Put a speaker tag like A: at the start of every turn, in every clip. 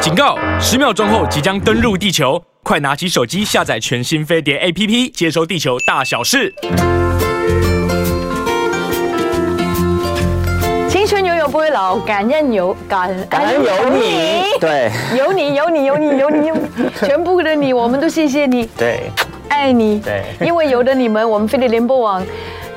A: 警告！十秒钟后即将登陆地球，快拿起手机下载全新飞碟 APP，接收地球大小事。
B: 青春永远不会老，感恩有感
C: 感恩有你，对
B: 有你有你有你有你有你，全部的你，我们都谢谢你，
C: 对，
B: 爱你。
C: 对
B: 因为有了你们，我们飞碟联播网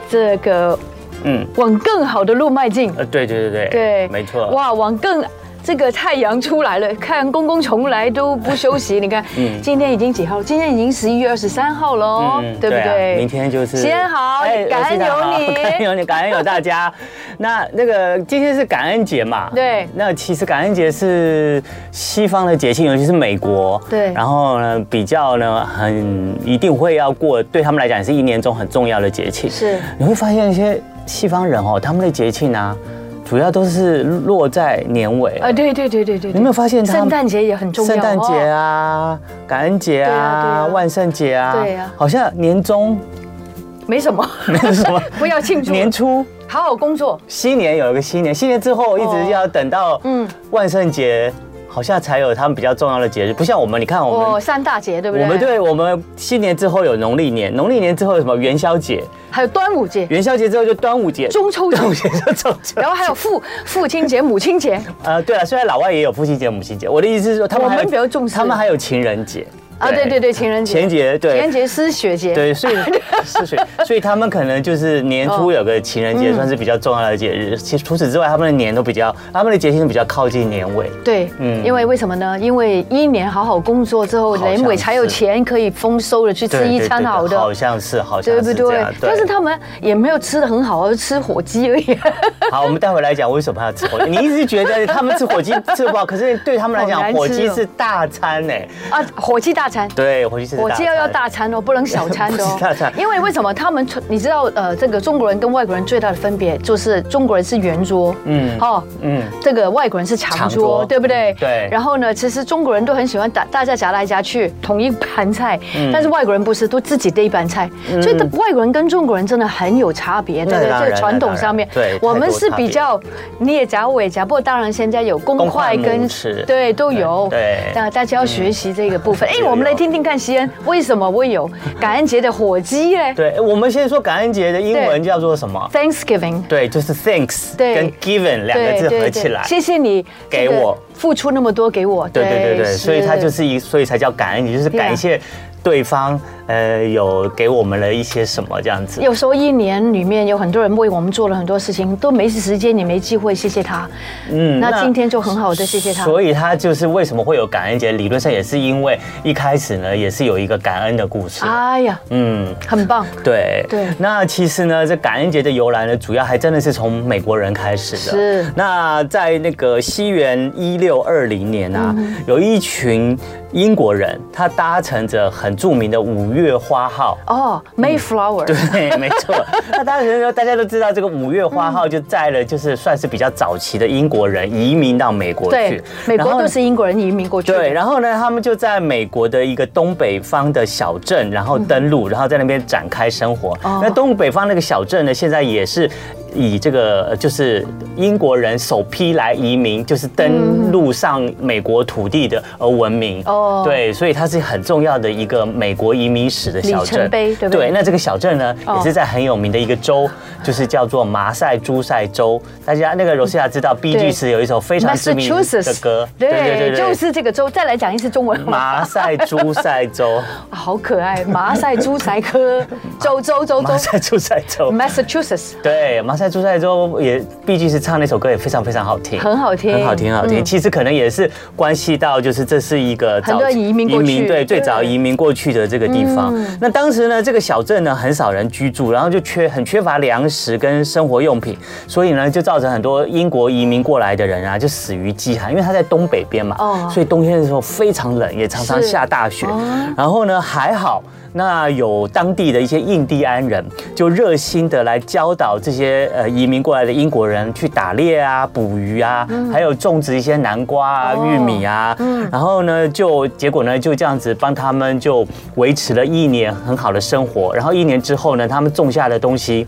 B: 这个
C: 嗯，
B: 往更好的路迈进。
C: 呃，对对对对，
B: 对，
C: 没错，
B: 哇，往更这个太阳出来了，看公公从来都不休息。你看，今天已经几号？今天已经十一月二十三号了哦，
C: 嗯
B: 对不
C: 啊
B: 对？
C: 明天就是
B: 西安好
C: 哎
B: 感恩有你
C: 西安好感恩 有你，感恩有大家。 那那个今天是感恩节嘛？
B: 对
C: 那其实感恩节是西方的节庆，尤其是美国。
B: 对
C: 然后呢，比较呢，很一定会要过，对他们来讲也是一年中很重要的节庆。
B: 是
C: 你会发现一些西方人哦，他们的节庆啊，主要都是落在年尾。
B: 啊，对对对对对，
C: 你有没有发现他们
B: 圣诞节也很重要？哦
C: 圣诞节啊，感恩
B: 对
C: 节
B: 啊对
C: 啊
B: 啊，
C: 万圣节啊，
B: 对啊
C: 好像年终
B: 哦，没什么，
C: 没有什么，
B: 不要庆祝，
C: 年初
B: 好好工作。
C: 新年有一个新年，新年之后一直要等到
B: 嗯
C: 嗯万圣节，好像才有他们比较重要的节日，不像我们，你看我们。
B: 哦，三大节对不对？
C: 我们，对我们新年之后有农历年，农历年之后有什么元宵节，
B: 还有端午节、
C: 元宵节之后就端午节，
B: 中秋节
C: 端，午节就中秋。
B: 然后还有父父亲节、母亲节
C: 呃，对了，虽然老外也有父亲节、母亲节，我的意思是说他们还
B: 我们比较重视
C: 他们还有情人节
B: 啊，对对对，情人节、
C: 情人节对
B: 情人节、失血节，
C: 对， 所以是所以所以他们可能就是年初有
B: 哦
C: 个情
B: 嗯
C: 人节，算是比较重要的节日。其实除此之外，他们的年都比较，他们的节庆都比较靠近年尾。
B: 对，
C: 嗯
B: 因为为什么呢？因为一年好好工作之后，
C: 好像
B: 人尾才有
C: 是
B: 钱可以丰收的去吃
C: 对
B: 一
C: 对
B: 餐
C: 对对
B: 好
C: 好
B: 的，
C: 像是，好像
B: 对不
C: 是这
B: 对
C: 样。？
B: 但是他们也没有吃的很好，而吃火鸡而 已。
C: 好，我们待会来讲为什么要吃火鸡。你一直觉得他们吃火鸡吃不好，可是对他们来
B: 好难
C: 讲，
B: 吃哦
C: 火鸡是大餐呢。
B: 啊，火鸡大餐。
C: 对，火鸡是
B: 火鸡要要大餐哦，不能小餐的
C: 不
B: 哦
C: 是大餐。
B: 因为为什么他们你知道呃，这个中国人跟外国人最大的分别就是中国人是圆桌，嗯，
C: 嗯
B: 哦，嗯
C: 嗯，
B: 这个外国人是长
C: 长
B: 桌，
C: 桌
B: 对不对？
C: 嗯对
B: 然后呢，其实中国人都很喜欢大大家夹来夹去，统一盘菜，
C: 嗯
B: 但是外国人不是，都自己带一盘菜，所以外国人跟中国人真的很有差别，对不对？
C: 那当
B: 这
C: 然
B: 个传统上面
C: 那当然，对
B: 我们
C: 太多
B: 是
C: 差
B: 比
C: 别
B: 较镊夹尾夹，不过当然现在有公
C: 公
B: 筷
C: 筷
B: 跟
C: 母匙
B: 对都有，
C: 对
B: 那大家要学习这个部分。哎，
C: 有
B: 我们来
C: 有
B: 听听看西恩为什么会 有感恩节的火鸡嘞
C: 对，我们先说感恩节的英
B: 对
C: 文叫做什么？
B: ？Thanksgiving，
C: 对，就是 thanks
B: 对
C: 跟 given 两个字合起来。
B: 谢谢你
C: 给我
B: 付出那么多给我，
C: 对对对对，所以它就是是一，所以才叫感恩节，就是
B: 对啊
C: 感谢对方，呃，有给我们了一些什么这样子。
B: 有时候一年里面有很多人为我们做了很多事情，都没时间也没机会谢谢他，嗯，那
C: 那
B: 今天就很好的谢谢他，
C: 所以它就是为什么会有感恩节，理论上也是因为一开始呢，也是有一个感恩的故事。
B: 哎呀，
C: 嗯，
B: 很棒，
C: 对
B: 对
C: 那其实呢，这感恩节的由来呢，主要还真的是从美国人开始的。
B: 是
C: 那在那个西元一六二零年啊，
B: 嗯
C: 有一群英国人，他搭乘着很著名的五月花号。
B: 哦，Mayflower，
C: 嗯对，没错。 那当时呢，大家都知道这个五月花
B: 嗯
C: 号就载了，就是算是比较早期的英国人移民到美国去
B: 对，，美国
C: 然后
B: 都是英国人移民过去的，
C: 对，然后呢，他们就在美国的一个东北方的小镇，然后登陆，然后在那边展开生活。
B: 哦
C: 那东北方那个小镇呢，现在也是以这个呃就是英国人首批来移民，就是登陆上美国土地的而闻名。
B: 哦
C: 哦，对，所以它是很重要的一个美国移民史的小
B: 里程
C: 镇。
B: 碑对不对
C: 那这个小镇呢，
B: 哦
C: 也是在很有名的一个州，就是叫做麻塞诸塞州。大家那个罗西亚知道，B G 是有一首非常知名的
B: Massachusetts
C: 歌，
B: 对，就是这个州。再来讲一次中文好吗？
C: 马赛诸塞 州，
B: 好可爱，马赛诸塞 科州州州州
C: 马赛诸塞 州，
B: ，Massachusetts，
C: 对，马赛诸塞州也毕竟是唱那首歌也非常非常好听，
B: 很好听
C: 很好听，很好听。
B: 嗯
C: 其实可能也是关系到，就是这是一个
B: 很多移民过去对嗯
C: 对最早移民过去的这个地方。那当时呢，这个小镇呢很少人居住，然后就缺很缺乏粮食跟生活用品，所以呢就造成很多英国移民过来的人啊就死于饥寒，因为他在东北边嘛，
B: 哦
C: 所以冬天的时候非常冷，也常常
B: 是哦
C: 下大雪。然后呢还好。那有当地的一些印第安人，就热心的来教导这些呃移民过来的英国人去打猎啊、捕鱼啊，
B: 嗯
C: 还有种植一些南瓜啊、
B: 哦
C: 玉米啊。然后呢，就结果呢就这样子帮他们就维持了一年很好的生活。然后一年之后呢，他们种下的东西。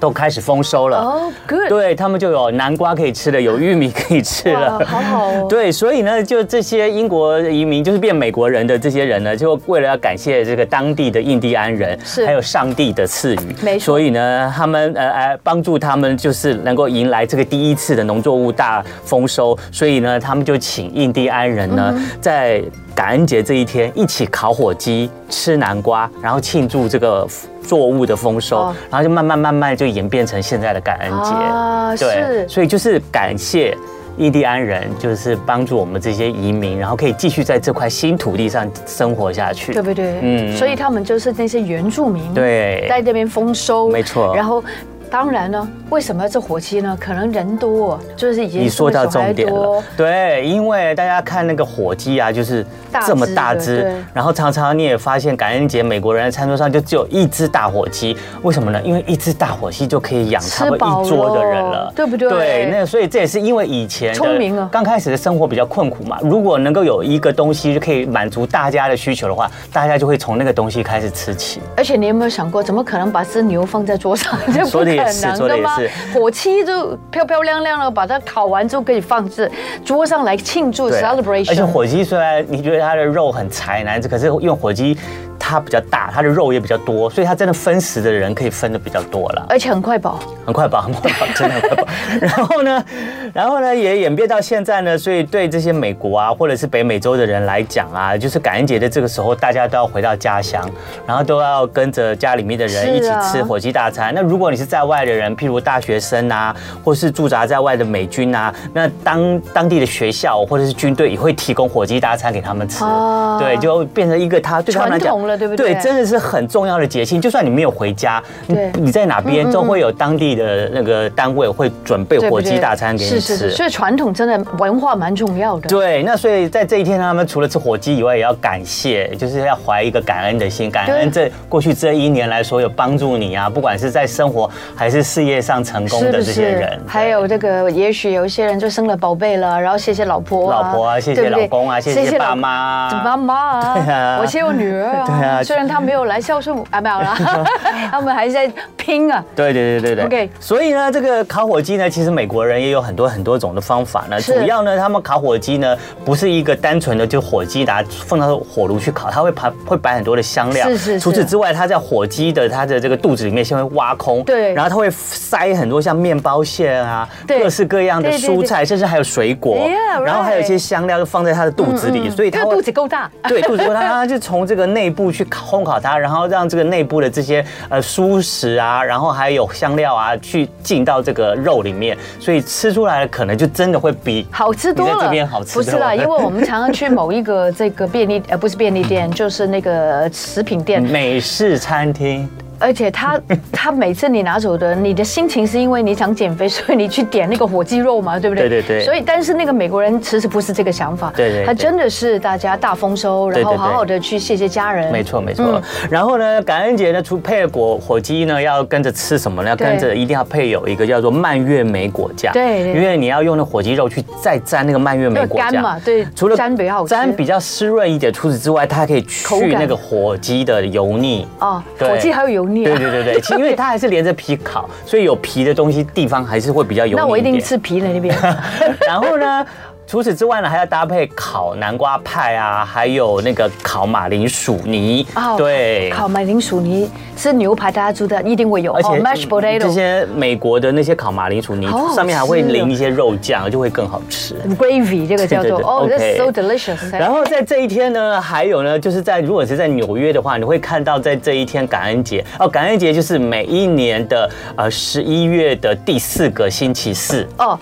C: 都开始丰收了。
B: 哦，good
C: 对他们就有南瓜可以吃了，有玉米可以吃了
B: 哇，。好好哦。
C: 对，所以呢，就这些英国移民，就是变美国人的这些人呢，就为了要感谢这个当地的印第安人，
B: 是
C: 还有上帝的赐予，
B: 没错
C: 所以呢，他们呃呃帮助他们就是能够迎来这个第一次的农作物大丰收，所以呢，他们就请印第安人呢、
B: 嗯
C: 在。感恩节这一天，一起烤火鸡、吃南瓜，然后庆祝这个作物的丰收，
B: 哦
C: 然后就慢慢慢慢就演变成现在的感恩节。
B: 啊
C: 对，
B: 是
C: 所以就是感谢印第安人，就是帮助我们这些移民，然后可以继续在这块新土地上生活下去。
B: 对不对？
C: 嗯
B: 嗯，所以他们就是那些原住民，，
C: 对
B: 在那边丰收，
C: 没错
B: 然后。当然呢，为什么要这火鸡呢？可能人多，就是已经
C: 你说到重点
B: 多
C: 了，对，因为大家看那个火鸡啊，就是
B: 大
C: 这么
B: 只
C: 大
B: 的对
C: 只，然后常常你也发现感恩节美国人的餐桌上就只有一只大火鸡，为什么呢？因为一只大火鸡就可以养差不
B: 吃饱
C: 多一桌的人了
B: 了，对不对
C: 对，那所以这也是因为以前的
B: 聪明啊
C: 刚开始的生活比较困苦嘛，如果能够有一个东西就可以满足大家的需求的话，大家就会从那个东西开始吃起。
B: 而且你有没有想过，怎么可能把只牛放在桌 上？这不
C: 说
B: 可
C: 得也是
B: 能
C: 说得
B: 的
C: 也
B: 吗
C: 是？
B: 火鸡就漂漂亮亮的，把它烤完之后可以放置桌上来庆祝
C: 对，
B: celebration。
C: 而且火鸡虽然你觉得它的肉很柴难吃，可是因为火鸡它比较大，它的肉也比较多，所以它真的分食的人可以分的比较多了，
B: 而且很快饱，
C: 很快饱，很快饱，真的很 快饱。然后呢，然后呢也演变到现在呢，所以对这些美国啊或者是北美洲的人来讲啊，就是感恩节的这个时候，大家都要回到家乡，然后都要跟着家里面的人一起
B: 是啊
C: 吃火鸡大餐。那如果你是在外的人，譬如大学生啊，或是驻扎在外的美军啊，那当当地的学校或者是军队也会提供火鸡大餐给他们吃。
B: 哦
C: 对，就变成一个他对他们来讲
B: 传统了对不对
C: 对，真的是很重要的节庆。就算你没有回家，你
B: 对嗯
C: 你在哪边都会有当地的那个单位会准备
B: 对不
C: 火
B: 对
C: 鸡大餐给你
B: 是是是，
C: 吃。
B: 所以传统真的文化蛮重要的。
C: 对，那所以在这一天呢，他们除了吃火鸡以外，也要感谢，就是要怀一个感恩的心，感恩这过去这一年来说有帮助你啊，不管是在生活还是事业上成功
B: 是
C: 的
B: 不
C: 这些人，
B: 是
C: 对？
B: 还有这个，也许有一些人就生了宝贝了，然后谢谢老婆啊，
C: 老婆啊谢谢
B: 对不对
C: 老公啊谢谢爸妈啊
B: 妈妈
C: 对啊
B: 啊，我谢谢我女儿
C: 对啊
B: 啊，虽然她没有来孝顺我，啊没有 啦， 他们还在拼啊，
C: 对对对对对。
B: OK
C: 所以呢，这个烤火鸡呢，其实美国人也有很多很多种的方法呢。
B: 是
C: 主要呢，他们烤火鸡呢，不是一个单纯的就火鸡拿放到火炉去烤，它会摆会摆很多的香料。
B: 是是是
C: 除此之外，它在火鸡的它的这个肚子里面先会挖空，
B: 对
C: 然后它会塞很多像面包馅啊，
B: 对
C: 各式各样的
B: 对对对
C: 蔬菜，甚至还有水果
B: Yeah，
C: 然后还有一
B: right
C: 些香料就放在它的肚子里，所以
B: 因
C: 它
B: 为
C: 嗯
B: 嗯
C: 会
B: 肚子够大，
C: 对，肚子饿，它就从这个内部去烤烘烤它，然后让这个内部的这些呃蔬食啊，然后还有香料啊，去进到这个肉里面，所以吃出来的可能就真的会比
B: 好吃多了。
C: 你在这边好吃
B: 不
C: 多了
B: 是啦，因为我们常常去某一个这个便利，呃，不是便利 店，就是那个食品店，
C: 美式 餐厅。
B: 而且 他他每次你拿走的，你的心情是因为你想减肥， 所以你去点那个火鸡肉嘛，对不对？
C: 对对对
B: 所以，但是那个美国人其实不是这个想法，
C: 对对对
B: 他真的是大家大丰收，然
C: 对对
B: 后
C: 对
B: 好好的去谢谢家人。
C: 没错，没错。
B: 嗯
C: 然后呢，感恩节呢，除配果火鸡呢，要跟着吃什么呢？要
B: 对
C: 跟着一定要配有一个叫做蔓越莓果酱。
B: 对对
C: 因为你要用那火鸡肉去再沾那个蔓越莓
B: 那个
C: 果酱
B: 干嘛对
C: 除了
B: 沾比较好吃
C: 沾比较湿润一点。除此之外，它还可以
B: 口
C: 去
B: 感
C: 那个火鸡的油腻。
B: 哦，
C: 对
B: 火鸡还有油腻、啊。
C: 对对对对，其因为它还是连着皮烤，所以有皮的东西地方还是会比较油腻。
B: 那我一定。吃皮了那边。
C: 然后呢，除此之外呢，还要搭配烤南瓜派啊，还有那个烤马铃薯泥。
B: 哦
C: 对，
B: 烤马铃薯泥是牛排，大家知道一定会有。
C: 而且
B: 哦 mashed
C: 这
B: potato
C: 些美国的那些烤马铃薯泥
B: 好好吃哦
C: 上面还会淋一些肉酱，就会更好吃。
B: gravy 这个叫
C: 对
B: 做
C: 对对
B: 哦
C: OK
B: ，that's so delicious。哎
C: 然后在这一天呢，还有呢，就是在如果是在纽约的话，你会看到在这一天感恩节哦，感恩节就是每一年的呃十一月的第四个星期四，
B: 哦，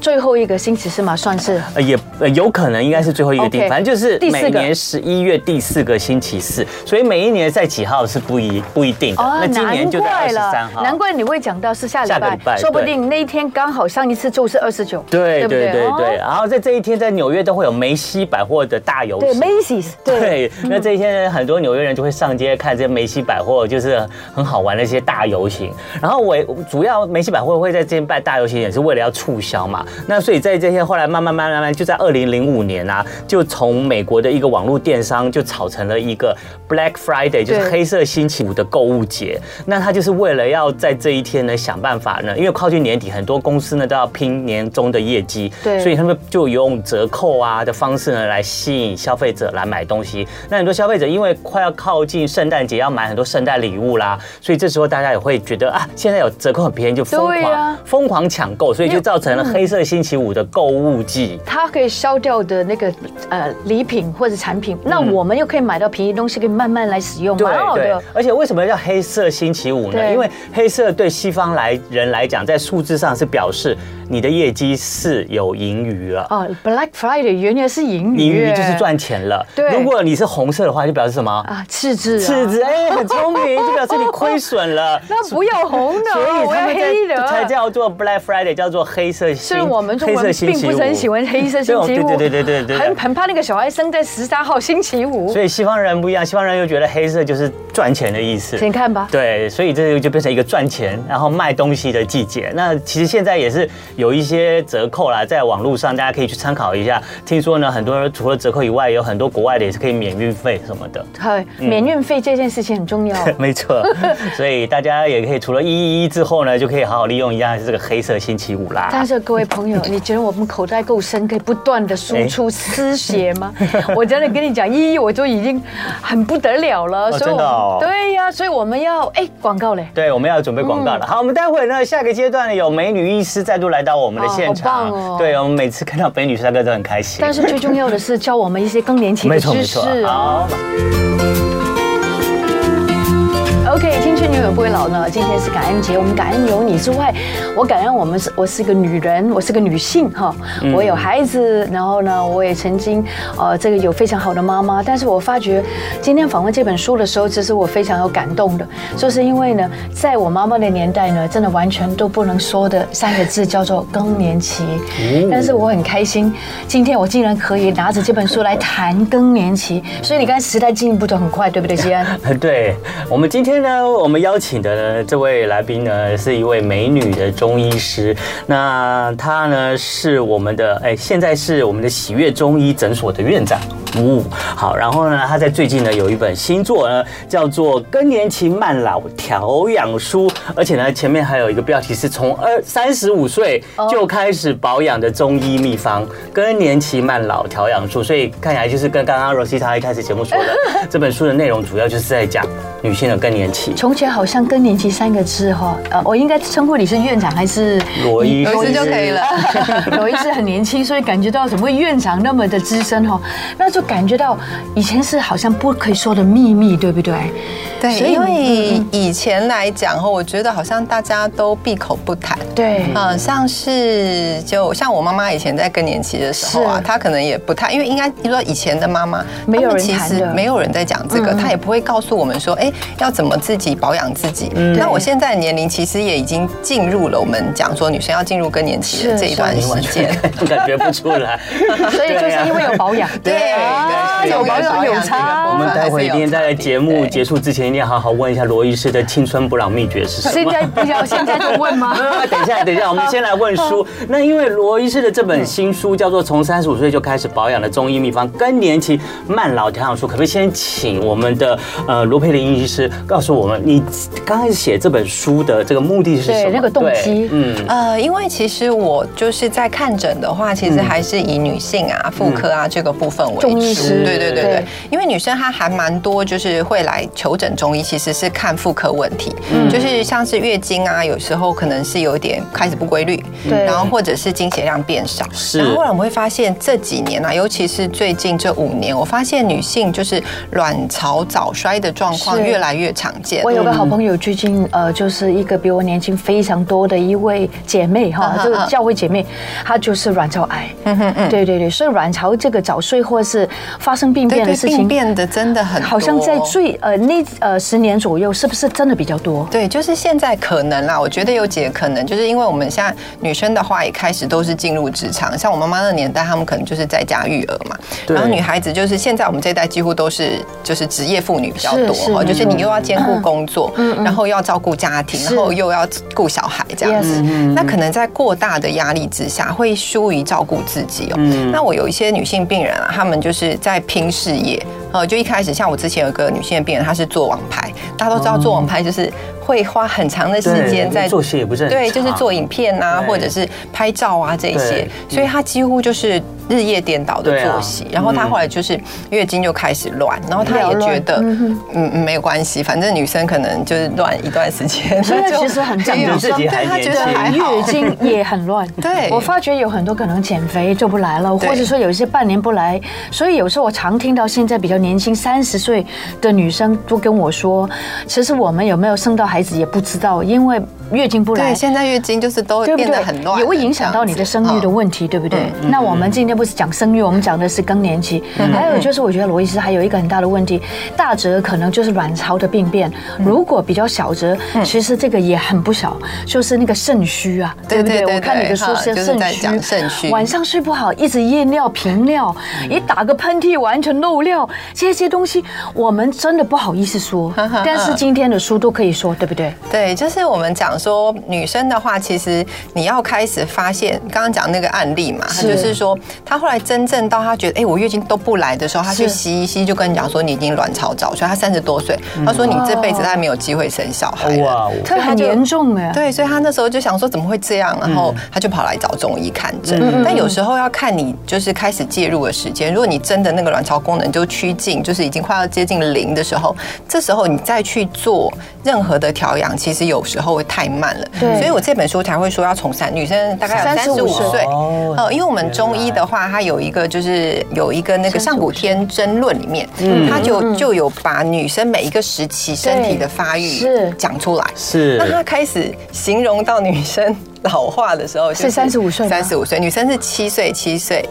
B: 最后一个星期是吗？算是。
C: 呃也呃有可能应该是最后一个地
B: OK，
C: 反正就是
B: 第四
C: 每
B: 个
C: 年十一月第四个星期四，所以每一年在几号是不一不一定的。
B: 哦，
C: 那今年就在二十三号，
B: 难怪你会讲到是下礼
C: 下个
B: 拜
C: 礼拜，
B: 说不定那一天刚好上一次就是二十九，
C: 对
B: 不
C: 对对对，
B: 哦
C: 然后在这一天，在纽约都会有梅西百货的大游
B: 对
C: 行。
B: Macy's，对
C: 对，那这一天很多纽约人就会上街看这些梅西百货，就是很好玩的一些大游行。然后我主要梅西百货会在这边办大游行，也是为了要促销嘛。那所以在这些后来慢慢慢慢慢慢，就在二零零五年啊，就从美国的一个网络电商就炒成了一个 Black Friday，就是
B: 对
C: 黑色星期五的购物节。那他就是为了要在这一天呢想办法呢，因为靠近年底，很多公司呢都要拼年终的业绩，
B: 对
C: 所以他们就用折扣啊的方式呢来吸引消费者来买东西。那很多消费者因为快要靠近圣诞节，要买很多圣诞礼物啦，所以这时候大家也会觉得啊，现在有折扣很便宜，就疯
B: 对
C: 狂
B: 啊
C: 疯狂抢购，所以就造成了黑色星期五的购物季。
B: 它可以消掉的那个呃礼品或者产品，
C: 嗯
B: 那我们又可以买到便宜的东西，可以慢慢来使用，哦蛮好的。
C: 而且为什么叫黑色星期五呢？
B: 对
C: 因为黑色对西方来人来讲，在数字上是表示你的业绩是有盈余了。
B: 哦，Black Friday 原来是盈余
C: 盈余
B: 耶，
C: 就是赚钱了。
B: 对
C: 如果你是红色的话，就表示什么？
B: 啊，赤字，
C: 赤，字，哎，很聪明，就表示你亏损了。
B: 那不要红的，
C: 所以
B: 我
C: 他
B: 要
C: 们
B: 黑
C: 在才
B: 的。
C: 叫做 Black Friday，叫做黑色星。
B: 虽然我们中国人并不是很喜欢黑色星期五，
C: 对对对对对对对
B: 很很怕那个小孩生在十三号星期五
C: 所。以西方人不一样，西方人又觉得黑色就是赚钱的意思。
B: 请看吧，
C: 对，所以这就变成一个赚钱然后卖东西的季节。那其实现在也是有一些折扣啦，在网络上大家可以去参考一下。听说呢，很多人除了折扣以外，有很多国外的也是可以免运费什么的。
B: 嗨，免运费这件事情很重 要。
C: 没错，所以大家也可以除了一一一之后呢，就可以好好利用一下这个黑色星期五啦
B: 但。是各位朋友，你觉得我们口袋够深，可以不断的输出失血 吗？我真的跟你讲，一一我就已经很不得了了，
C: 哦
B: 我
C: 真的哦
B: 对呀、所以我们要哎广告嘞，
C: 对，我们要准备广告
B: 嗯
C: 了。好，我们待会呢，下个阶段呢，有美女医师再度来到我们的
B: 哦
C: 现场。
B: 好棒哦
C: 对，我们每次看到美女帅哥都很开心。
B: 但是最重要的是教我们一些更年期的
C: 没错没
B: 知识
C: 错，啊
B: 哦
C: 好。
B: OK，青春永远不会老呢。今天是感恩节，我们感恩有你之外，我感恩我们是我是个女人，我是个女性哈，我有孩子，然后呢，我也曾经呃这个有非常好的妈妈。但是我发觉今天访问这本书的时候，其实我非常有感动的，就是因为呢，在我妈妈的年代呢，真的完全都不能说的三个字叫做更年期。但是我很开心，今天我竟然可以拿着这本书来谈更年期，所以你看时代进步的很快，对不对，西安？
C: 对我们今天呢，我们邀请的呢这位来宾呢，是一位美女的中医师。那她呢是我们的哎，现在是我们的喜悦中医诊所的院长。哦，好，然后呢，她在最近呢有一本新作呢，叫做《更年期慢老调养书》，而且呢前面还有一个标题是从二三十五岁
D: 哦
C: 就开始保养的中医秘方《更年期慢老调养术》，所以看起来就是跟刚刚 Rosita 一开始节目说 的，这本书的内容主要就是在讲女性的更年期。
B: 从前好像更年期三个字哈，呃，我应该称呼你是院长还是
C: 罗医
D: 有一次就可以了。
B: 有一次很年轻，所以感觉到怎么会院长那么的资深哈，那就感觉到以前是好像不可以说的秘密，对不对？
D: 对，
B: 所以嗯
D: 因为以前来讲哈，我觉得好像大家都闭口不谈。
B: 对，
D: 嗯，像是就像我妈妈以前在更年期的时候啊
B: 是，
D: 她可能也不太，因为应该说以前的妈妈，
B: 没有
D: 她们
B: 人
D: 其
B: 谈
D: 实
B: 的嗯
D: 没有人在讲这个，她也不会告诉我们说，哎，要怎么自己保养自己。
B: 嗯
D: 那我现在的年龄其实也已经进入了我们讲说女生要进入更年期的
B: 是
D: 这一段
C: 你
D: 时
C: 完
D: 间
C: 全。 感觉不出 来，
B: 所以就是因为有保养，
D: 对
B: 啊
D: 对
B: 有保养有
C: 我
B: 差。
C: 们待会一定在节目
D: 对
C: 结束之前，一定要好好问一下罗医师的青春不老秘诀是什
B: 现
C: 么。
B: 在比较现在就问吗？
C: 啊 等一下，等一下，我们先来问书。那因为罗医师的这本新书叫做《从三十五岁就开始保养的中医秘方：更年期慢老调养术》，可不可以先请我们的呃罗佩林医师告诉我们，你刚开始写这本书的这个目的是什么？
B: 对那个动
C: 对
B: 机
C: 嗯，
D: 呃，因为其实我就是在看诊的话，其实
B: 嗯
D: 还是以女性啊、妇科啊这个部分为主。
B: 中医师
D: 对对
B: 对
D: 对对，因为女生她还蛮多，就是会来求诊中医，其实是看妇科问题，
B: 嗯
D: 就是像是月经啊，有时候可能是有点开始不规律，
B: 对
D: 然后或者是经血量变少。
C: 是
D: 然后后来我们会发现这几年啊，尤其是最近这五年，我发现女性就是卵巢早衰的状况
B: 是
D: 越来越常见。嗯
B: 我有个好朋友，最近呃，就是一个比我年轻非常多的一位姐妹哈
D: 嗯，嗯
B: 这个教会姐妹，她就是卵巢癌。嗯嗯嗯，对对对，所以卵巢这个早睡或是发生病
D: 对
B: 变的
D: 对，
B: 事
D: 病
B: 情，
D: 变的真的很多哦
B: 好像在最呃那呃十年左右，是不是真的比较多？
D: 对，就是现在可能啦，我觉得有几个可能，就是因为我们现在女生的话，也开始都是进入职场，像我妈妈那年代，她们可能就是在家育儿嘛。
C: 对
D: 然后女孩子就是现在我们这一代几乎都是就是职业妇女比较多
B: 是嗯是
D: 哦，就是
B: 没
D: 你
B: 错
D: 又要兼顾工作，然后又要照顾家庭，
B: 嗯是
D: 然后又要顾小孩这样子
B: Yes 嗯。
D: 那可能在过大的压力之下，会疏于照顾自己
B: 嗯
D: 哦。
C: 嗯
D: 那我有一些女性病人啊，她们就是在拼事业，呃，就一开始像我之前有一个女性的病人，她是做网拍，大家都知道做网拍就是会花很长的时间在
C: 嗯做戏也不是很
D: 对，
C: 长
D: 就是做影片啊，
C: 对
D: 或者是拍照啊这一些
C: 对，
D: 所以她几乎就是日夜颠倒的
C: 对啊啊
D: 作息，然后她后来就是月经就开始乱，然后她也觉得嗯嗯没有关系，反正女生可能就是乱一段时间，
B: 所以
D: 那 就
B: 其实很正
D: 没有
B: 常
C: 自己还
D: 对她觉
C: 年
D: 得
C: 轻
D: 还好
B: 月。经也很乱。
D: 对
B: 我发觉有很多可能减肥就不来了，
D: 对
B: 或者说有一些半年不来，所以有时候我常听到现在比较年轻三十岁的女生都跟我说，其实我们有没有生到孩子也不知道，因为月经不来
D: 对，。现在月经就是都
B: 对不
D: 呃变
B: 对
D: 得很？乱了，
B: 也会影响到你的生
D: 嗯
B: 育的问题，对不对？那我们今天不是讲生育，我们讲的是更年期。
D: 嗯
B: 还有就是，我觉得罗医师还有一个很大的问题，大则可能就是卵巢的病变，
D: 嗯
B: 如果比较小则，其实这个也很不小，就是那个肾虚啊，
D: 对
B: 不
D: 对对
B: 我看你的书
D: 对
B: 是
D: 就是在讲肾虚，
B: 晚上睡不好，一直夜尿频尿，一打个喷嚏完全漏尿，这些东西我们真的不好意思说但是今天的书都可以说，对不对？
D: 对，就是我们讲说女生的话，其实你要开始发现，刚刚讲那个案例嘛，她
B: 是
D: 就是说她后来真正到她觉得，哎、我月经都不来的时候，她去
B: 是
D: 西医，西医就跟你讲说你已经卵巢早衰，她三十多岁，她说你这辈
B: 哦
D: 子她没有机会生小孩了。
C: 哇哦，
B: 这很严重哎。
D: 对，啊嗯所以她那时候就想说怎么会这样，然后她就跑来找中医看诊。但有时候要看你就是开始介入的时间，如果你真的那个卵巢功能就趋近，就是已经快要接近零的时候，这时候你再去做任何的调养，其实有时候会太慢了。
B: 对
D: 所以我这本书才会说要从三女生大概有三十
B: 35
D: 五岁
B: 岁，
C: 哦
D: 呃，因为我们中医的话，它有一个就是有一个那个上古天真论里面，它就就有把女生每一个时期身体的发
B: 对
D: 育
B: 是
D: 讲出来。
C: 是
D: 那 他开始形容到女生老化的时候，
B: 是35岁吗嗯
D: 三十五岁，女生是七岁，七岁，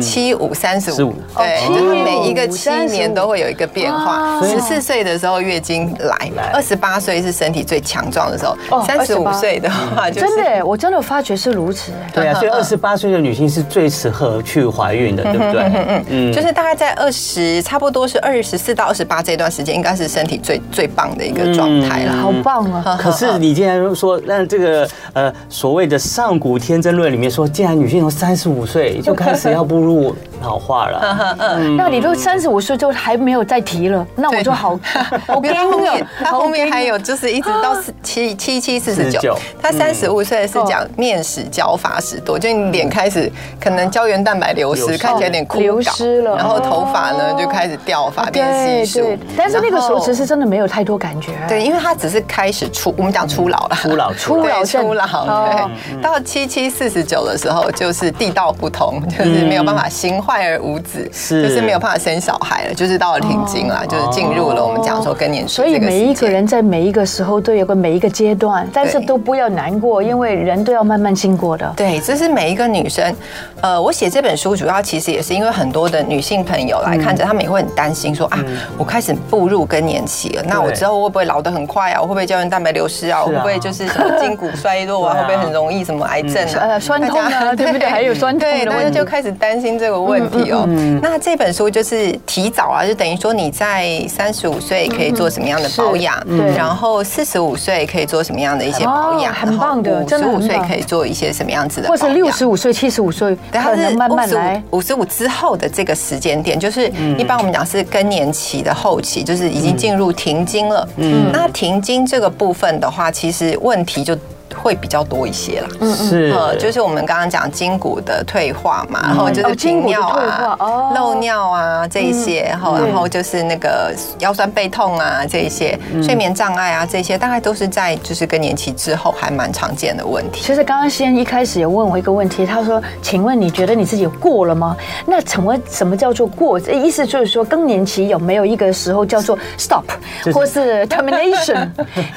D: 七五三十
C: 15
D: 五，对，
B: 哦
D: 就是每一个
B: 七
D: 七
B: 五
D: 年都会有一个变化。
B: 35
D: 十四岁的时候月经来，二十八岁是身体最强壮的时候
B: 哦，
D: 三十五
B: 28
D: 岁的话就是
B: 真的耶，我真的有发觉是如此耶。
C: 对啊，所以二十八岁的女性是最适合去怀孕的，对 不对？嗯，
D: 就是大概在二十，差不多是二十四到二十八这段时间，应该是身体最最棒的一个状态了。
B: 好棒啊！
C: 可是你竟然说，让这个呃所谓的上古天真论里面说，竟然女性从三十五岁就开始要步入老化了，
B: 那你都三十五岁就还没有再提了，那我就 好，好
D: 没有，他后
B: 惊
D: 面
B: 了，
D: 他后面
B: 好
D: 还
B: 惊
D: 有就是一直到四七七七四十
C: 49
D: 九，他三十五岁是
B: 嗯
D: 讲面食焦法食多，就你脸开始可能胶原蛋白流
C: 流失
D: 失，看起来有点枯
B: 流失
D: 槁，
B: 了
D: 然后头发呢
B: 哦
D: 就开始掉发变
B: 对
D: 稀疏
B: 对，，但是那个时
D: 然
B: 候
D: 后
B: 其实真的没有太多感觉。啊
D: 对，因为他只是开始初，我们讲初老了，
C: 初老初
B: 嗯老
D: 对
B: 症
D: 初老，
B: 哦
D: 对，到七七四十九的时候，就是地道不通，就是没有办法心坏而无子，
C: 是
D: 就是没有办法生小孩了，就是到了停经了，就是进入了我们讲说更年期
B: 哦所以
D: 这个
B: 每一个
D: 时间。
B: 人在每一个时候都有个每一个阶段，但是
D: 对
B: 都不要难过，因为人都要慢慢经过的。
D: 对，这是每一个女生，呃，我写这本书主要其实也是因为很多的女性朋友
C: 嗯
D: 来看着，她们也会很担心说啊，我开始步入更年期了，那我
C: 对
D: 之后会不会老得很快啊？我会不会胶原蛋白流失啊？我会不会就是什么筋骨衰弱啊？
C: 对
D: 会
C: 啊嗯
D: 不会很容易什么癌症啊？
B: 呃酸痛啊
D: 大家
B: 对不对还有酸痛的
D: 对，大
B: 问
D: 家
B: 题嗯
D: 就开始担心这个问题哦。那这本书就是提早啊，就等于说你在三十五岁可以做什么样的保养
B: 嗯是对，
D: 然后四十五岁可以做什么样的一些
B: 哦
D: 保养，
B: 很棒的真的
D: 五
B: 很
D: 岁
B: 棒
D: 可以做一些什么样子的保
B: 或
D: 养，
B: 是六十五岁、七十五岁，
D: 对，它
B: 可能
D: 是
B: 慢
D: 五
B: 慢
D: 十
B: 来。
D: 五五十五之后的这个时间点，就是一般我们讲是更年期的后期，就是已经进入停经了。嗯，那停经这个部分的话，其实问题就。会比较多一些啦，
C: 嗯是
D: 呃，就是我们刚刚讲筋骨的退化嘛，然后就
B: 哦
D: 是
B: 筋
D: 频
B: 骨的
D: 尿
B: 退
D: 啊
B: 化、哦嗯
D: 漏尿啊这一些，然后
B: 对
D: 然后就是那个腰酸背痛啊这一些，
B: 嗯
D: 睡眠障碍啊这些，大概都是在就是更年期之后还蛮常见的问题。
B: 其实刚刚先一开始也问我一个问题，他说：“请问你觉得你自己过了吗？”那请问什么叫做过？这意思就是说更年期有没有一个时候叫做 stop
C: 就是
B: 或是 termination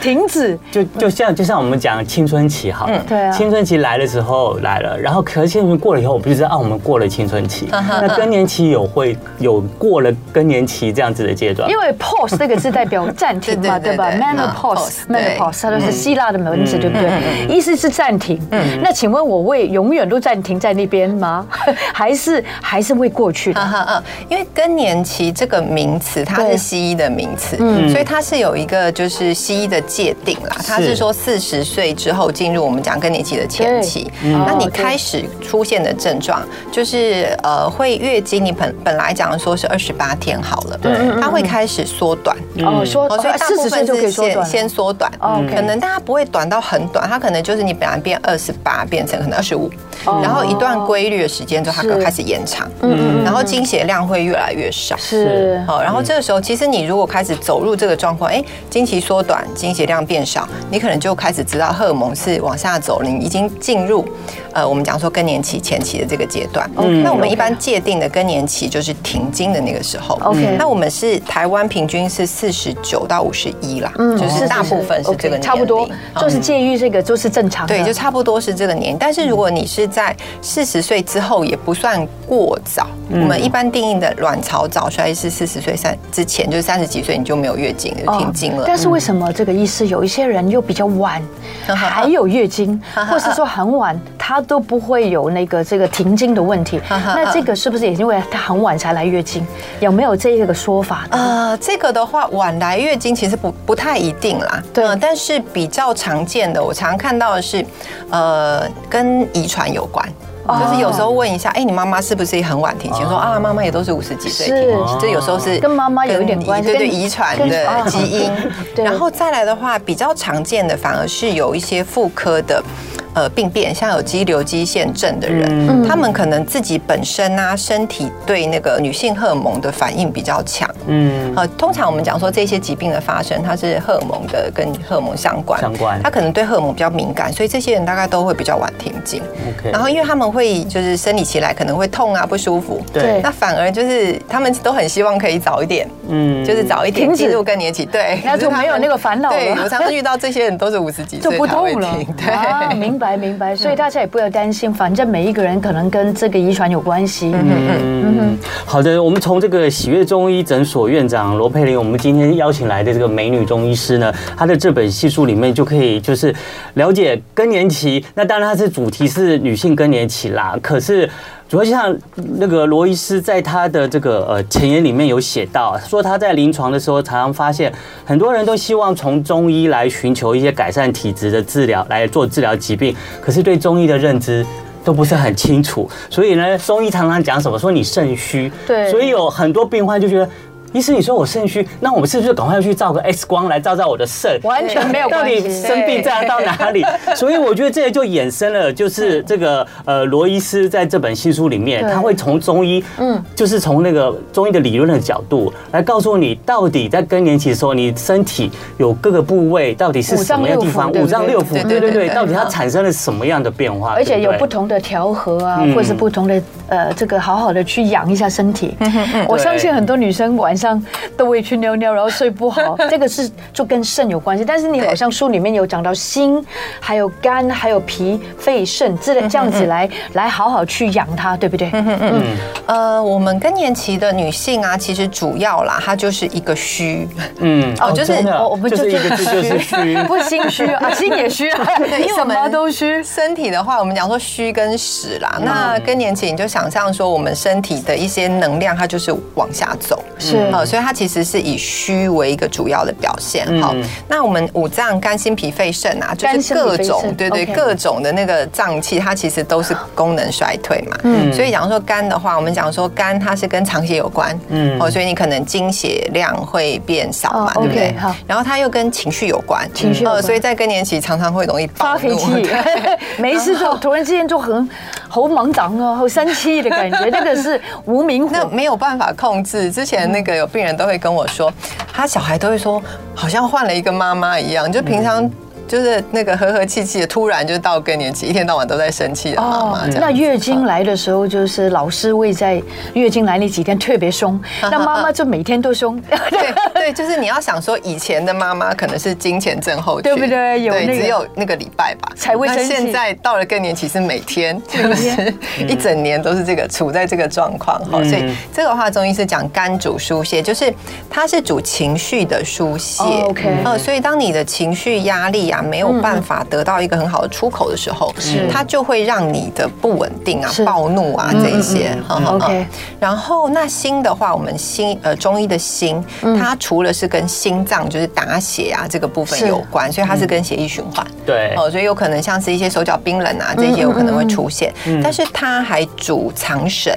B: 停止？
C: 就就像就像我们讲青青春期好了，
B: 对啊
C: 青春期来的时候来了，然后可是青春期过了以后，我们就知道啊，我们过了青春期。那更年期有会有过了更年期这样子的阶段
B: 因，为 pause 这个字代表暂停嘛，对
D: 对对对
B: 吧
D: 对嗯对
B: ？menopause，menopause，它都是希腊的名字，对不
D: 嗯
B: 对？意思是暂停。那请问我会永远都暂停在那边吗？还是还是会过 去
D: 哈
B: 的？
D: 哈啊，因为更年期这个名词它
B: 对嗯
D: 是西医的名词，所以它是有一个就是西医的界定啦，它
C: 是
D: 是说四十岁之后进入我们讲更年期的前期，
B: 对嗯
D: 那
B: 哦
D: 你
B: 对
D: 开始出现的症状就是呃会月经，你本本来讲说是二十八天好了，
C: 对嗯嗯
D: 它会开始缩短。
B: 哦，说
D: 哦，所以大
B: 四
D: 部
B: 十岁
D: 分
B: 就可以
D: 是
B: 说
D: 先
B: 短了。
D: 先缩短，
B: 哦，OK
D: 可能但它不会短到很短，它可能就是你本来变二十八变成可能二十五，
B: 哦
D: 然后一段规律的时间之后，它
B: 是嗯
D: 可能开始延长，然后经血量会越来越少。
B: 是
D: 好，然后这个时候，其实你如果开始走入这个状况，哎，经期缩短，经血量变少，你可能就开始知道荷尔蒙是往下走了，你已经进入呃我们讲说更年期前期的这个阶段。
B: 嗯
D: 那我们一般界定的更年期就是停经的那个时候。嗯
B: OK
D: 那我们是台湾平均是四十九到五十一啦，
B: 嗯
D: 就是大部分是这个
B: 哦 OK，
D: 年龄嗯
B: 差不多，就是介于这个就是正常的。
D: 对，就差不多是这个年龄。但是如果你是在四十岁之后，也不算过早。
B: 嗯
D: 我们一般定义的卵巢早衰是四十岁三之前，就是三十几岁你就没有月经，就
B: 哦
D: 停经了。
B: 但是为什么这个医师有一些人又比较晚，
D: 嗯
B: 还有月经，或是说很晚，他都不会有那个这个停经的问题？那这个是不是也是因为他很晚才来月经？有没有这一个说法呢？
D: 呃，这个的话，晚来月经其实不不太一定啦。
B: 对
D: 呃但是比较常见的，我常看到的是，呃，跟遗传有关。
B: 哦
D: 就是有时候问一下，哎、你妈妈是不是也很晚停经？说啊，妈妈也都是五十几岁
B: 是
D: 停经，这有时候是
B: 哦跟妈妈有一点关系
D: 对对，
B: 跟
D: 遗传
B: 跟
D: 的
B: 啊
D: 基因。
B: 对
D: 然后再来的话，比较常见的反而是有一些妇科的。呃，病变像有肌瘤、肌腺症的人，
B: 嗯
C: 嗯
D: 他们可能自己本身啊，身体对那个女性荷尔蒙的反应比较强，
C: 嗯，
D: 呃，通常我们讲说这些疾病的发生，它是荷尔蒙的跟荷尔蒙相关，
C: 相关
D: 它可能对荷尔蒙比较敏感，所以这些人大概都会比较晚停经。
C: 嗯 OK
D: 然后因为他们会就是生理期来可能会痛啊不舒服，
B: 对
D: 那反而就是他们都很希望可以早一点，
C: 嗯
D: 嗯，就是早一点
B: 停止
D: 进入更年期，对，
B: 那就
D: 可是他们
B: 没有那个烦恼了
D: 对，我常常遇到这些人都是五十 几
B: 就
D: 岁
B: 不
D: 才会
B: 动了
D: 停，，
B: 啊，
D: 对。
B: 明白明 白，所以大家也不要担心，反正每一个人可能跟这个遗传有关系。
C: 嗯，好的，我们从这个喜悦中医诊所院长罗佩玲，我们今天邀请来的这个美女中医师呢，她的这本系数里面就可以就是了解更年期。那当然，它是主题是女性更年期啦，可是。主要像那个罗医师在他的这个呃前言里面有写到，说他在临床的时候常常发现，很多人都希望从中医来寻求一些改善体质的治疗，来做治疗疾病，可是对中医的认知都不是很清楚，所以呢，中医常常讲什么说你肾虚，
B: 对
C: 所以有很多病患就觉得。医师，你说我肾虚，那我们是不是赶快去照个 X 光来照照我的肾？
B: 完全没有
C: 到
B: 关
C: 底
B: 系
C: 生病在到哪 里？所以我觉得这也就衍生了，就是这个呃，罗医师在这本新书里面，
B: 嗯对
C: 他会从中医，嗯，就是从那个中医的理论的角度来告诉你，到底在更年期的时候，你身体有各个部位到底是什么样的地方，
B: 五
C: 五
B: 脏
C: 脏
B: 六
C: 六
B: 腑
C: 腑，对
D: 对对
C: 对
D: 对
C: 对，
D: 对
C: 到底它产生了什么样的变化？
B: 而且
C: 对
B: 有
C: 对
B: 不同的调和啊，
C: 嗯
B: 或是不同的呃，这个好好的去养一下身体。我
C: 嗯对
B: 相信很多女生晚上都会去尿尿，然后睡不 好，这个是就跟肾有关系。但是你
D: 对
B: 好像书里面有讲到心，还有肝，还有脾、肺、肾之类，这样
C: 嗯
B: 子来来好好去养它，对不对？
D: 呃，我们更年期的女性啊，其实主要啦，它就是一个虚，
C: 嗯，
D: 哦就是
C: 真的
B: 我我们
C: 就
B: 就是
C: 一个字就是虚
B: ，不心虚啊，心也 虚啊，
D: 因为
B: 什
D: 我们
B: 么都虚。
D: 身体的话，我们讲说虚跟实啦。
B: 嗯
D: 那更年期，你就想象说我们身体的一些能量，它就是往下走，
B: 是
D: 呃所以它其实是以虚为一个主要的表现。好，那我们五脏肝心脾肺肾啊，就
B: 嗯肝
D: 是
B: 心脾
D: 各
B: 肺
D: 种
B: 肾
D: 对对
B: OK
D: 各种的那个脏器，它其实都是功能衰退嘛。嗯，所以讲说肝的话，我们讲说肝它是跟肠血有关，嗯，哦，所以你可能经血量会变少嘛，
B: 哦
D: 对不对
B: OK，好？
D: 然后它又跟情绪有关，嗯呃
B: 情绪有关
D: 所以在更年期常常会容易
B: 发
D: 暴
B: 脾
D: 怒
B: 气
D: 对，
B: 没事就突然之间就很好懵懂啊，好生气的感觉，那个是无名火
D: 那。没有办法控制。之前那个有病人都会跟我说，他小孩都会说，好像换了一个妈妈一样，就平常。就是那个和和气气的，突然就到更年期，一天到晚都在生气的妈妈这样子。
B: 哦那月经来的时候，就是老师会在月经来那几天特别 凶，那妈妈就每天都凶，
D: 对对，就是你要想说，以前的妈妈可能是金钱症候群，
B: 对不对有那个
D: 只有那个礼拜吧
B: 才会
D: 那
B: 生气
D: 现在到了更年期是每天， 就是一整年都是这个处在这个状况哈。
B: 嗯
D: 所以这个话中医是讲肝主疏泄，就是它是主情绪的疏泄。
B: 哦，OK
D: 呃，所以当你的情绪压力啊没有办法得到一个很好的出口的时候，
B: 是
D: 它就会让你的不稳定啊
B: 嗯是、嗯
D: 暴怒啊这一些。哈哈
B: OK
D: 然后那心的话，我们心呃中医的心，
B: 嗯
D: 它除了是跟心脏就是打血啊这个部分
B: 是嗯
D: 有关，所以它是跟血液循环。
C: 对，
D: 哦，所以有可能像是一些手脚冰冷啊，这些有可能会出现，
B: 嗯
D: 但是它还主藏神，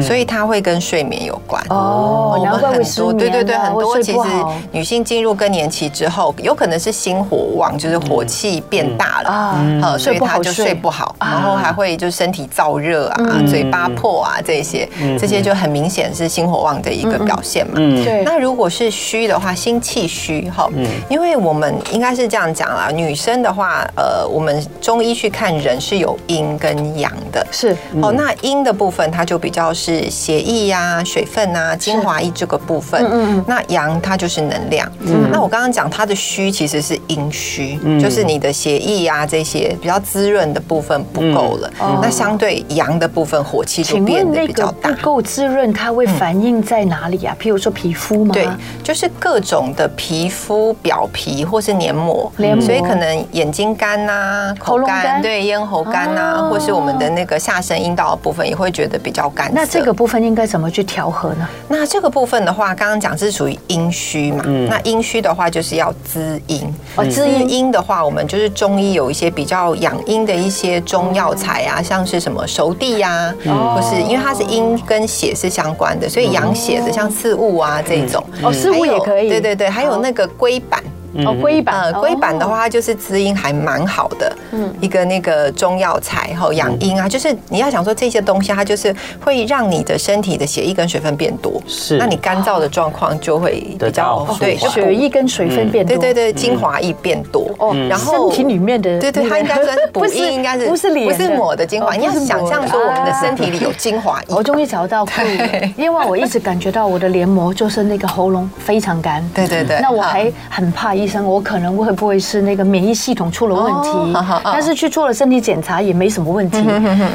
D: 所以它会跟睡眠有关。
B: 哦
D: 我，们
B: 难怪
D: 很
B: 会失
D: 多
B: 眠啊，
D: 哦对对对，很
B: 会
D: 多
B: 睡
D: 其
B: 不
D: 实
B: 好
D: 女性进入更年期之后，有可能是心火旺，就是火气变大了。
B: 嗯啊，
D: 呃，所以
B: 睡不
D: 她
B: 好
D: 就
B: 睡啊嗯
D: 睡不好，然后还会就身体燥热啊、嘴巴破啊这些，这些就很明显是心火旺的一
B: 嗯
D: 个表现嘛。
B: 对，
D: 那如果是虚的话，心气虚哈，
B: 嗯
D: 因为我们应该是这样讲啦，女生的话，呃，我们中医去看人是有阴跟阳的。
B: 是
D: 哦，那阴的部分它就比较是血液呀、水分啊、精华液这个部分。
B: 嗯嗯嗯
D: 那阳它就是能量。那我刚刚讲它的虚其实是阴虚，就是你的血液啊这些比较滋润的部分不够了。那相对阳的部分火气
B: 嗯哦
D: 就
B: 请
D: 变
B: 问
D: 得
B: 那
D: 比较
B: 个
D: 大嗯
B: 不。够滋润，它会反映在哪里啊？譬如说皮肤吗？
D: 对，就是各种的皮肤表皮或是黏膜，
B: 黏膜
D: 所以可能眼睛干呐、
B: 喉
D: 口
B: 咙干
D: 干，对，咽喉干呐、
B: 哦
D: 或是我们的那个下身阴道的部分也会觉得比较干涩。
B: 那这个部分应该怎么去调和呢？
D: 那这个部分的话，刚刚讲是属于阴虚嘛，
B: 嗯
D: 那阴虚的话就是要滋阴。
B: 哦滋
D: 滋
B: 阴
D: 阴的话，我们就是中医有一些比较养阴的一些中药材
B: 嗯
D: 啊，像是什么熟地呀、啊，或是因为它是阴跟血是相关的，所以养血的像四物啊这种，
B: 哦四物
D: 还有
B: 也可以
D: 对对对，还有
B: 哦
D: 那个龟板。
B: 哦，龟
D: 呃
B: 板，，
D: 龟板的话，它就是滋阴还蛮好的，嗯，一个那个中药材
B: 嗯
D: 吼养阴啊，就是你要想说这些东西，它就是会让你的身体的血液跟水分变多，
C: 是
D: 那你干燥的状况就会比
C: 得
D: 较
C: 到
D: 对，
C: 舒
D: 就
C: 缓
D: 补
B: 血液跟水
C: 嗯
B: 分变多，
D: 对对对，精华液变多
B: 哦，
D: 然后
B: 身体里面的
D: 对对，
B: 那个
D: 它应该算是补
B: 不是
D: 阴，应该是
B: 不是脸的
D: 不是抹的精华，
B: 哦
D: 你要
B: 不是抹
D: 想
B: 的哦
D: 象说我们的
B: 啊
D: 身体里有精华液
B: 我，终于找到库了
D: 对，
B: 因为我一直感觉到我的黏膜就是那个喉咙非常干。
D: 对对对
B: 那我
D: 好
B: 还很怕医生，我可能会不会是那个免疫系统出了问题
D: 哦好好好？嗯
B: 但是去做了身体检查也没什么问题，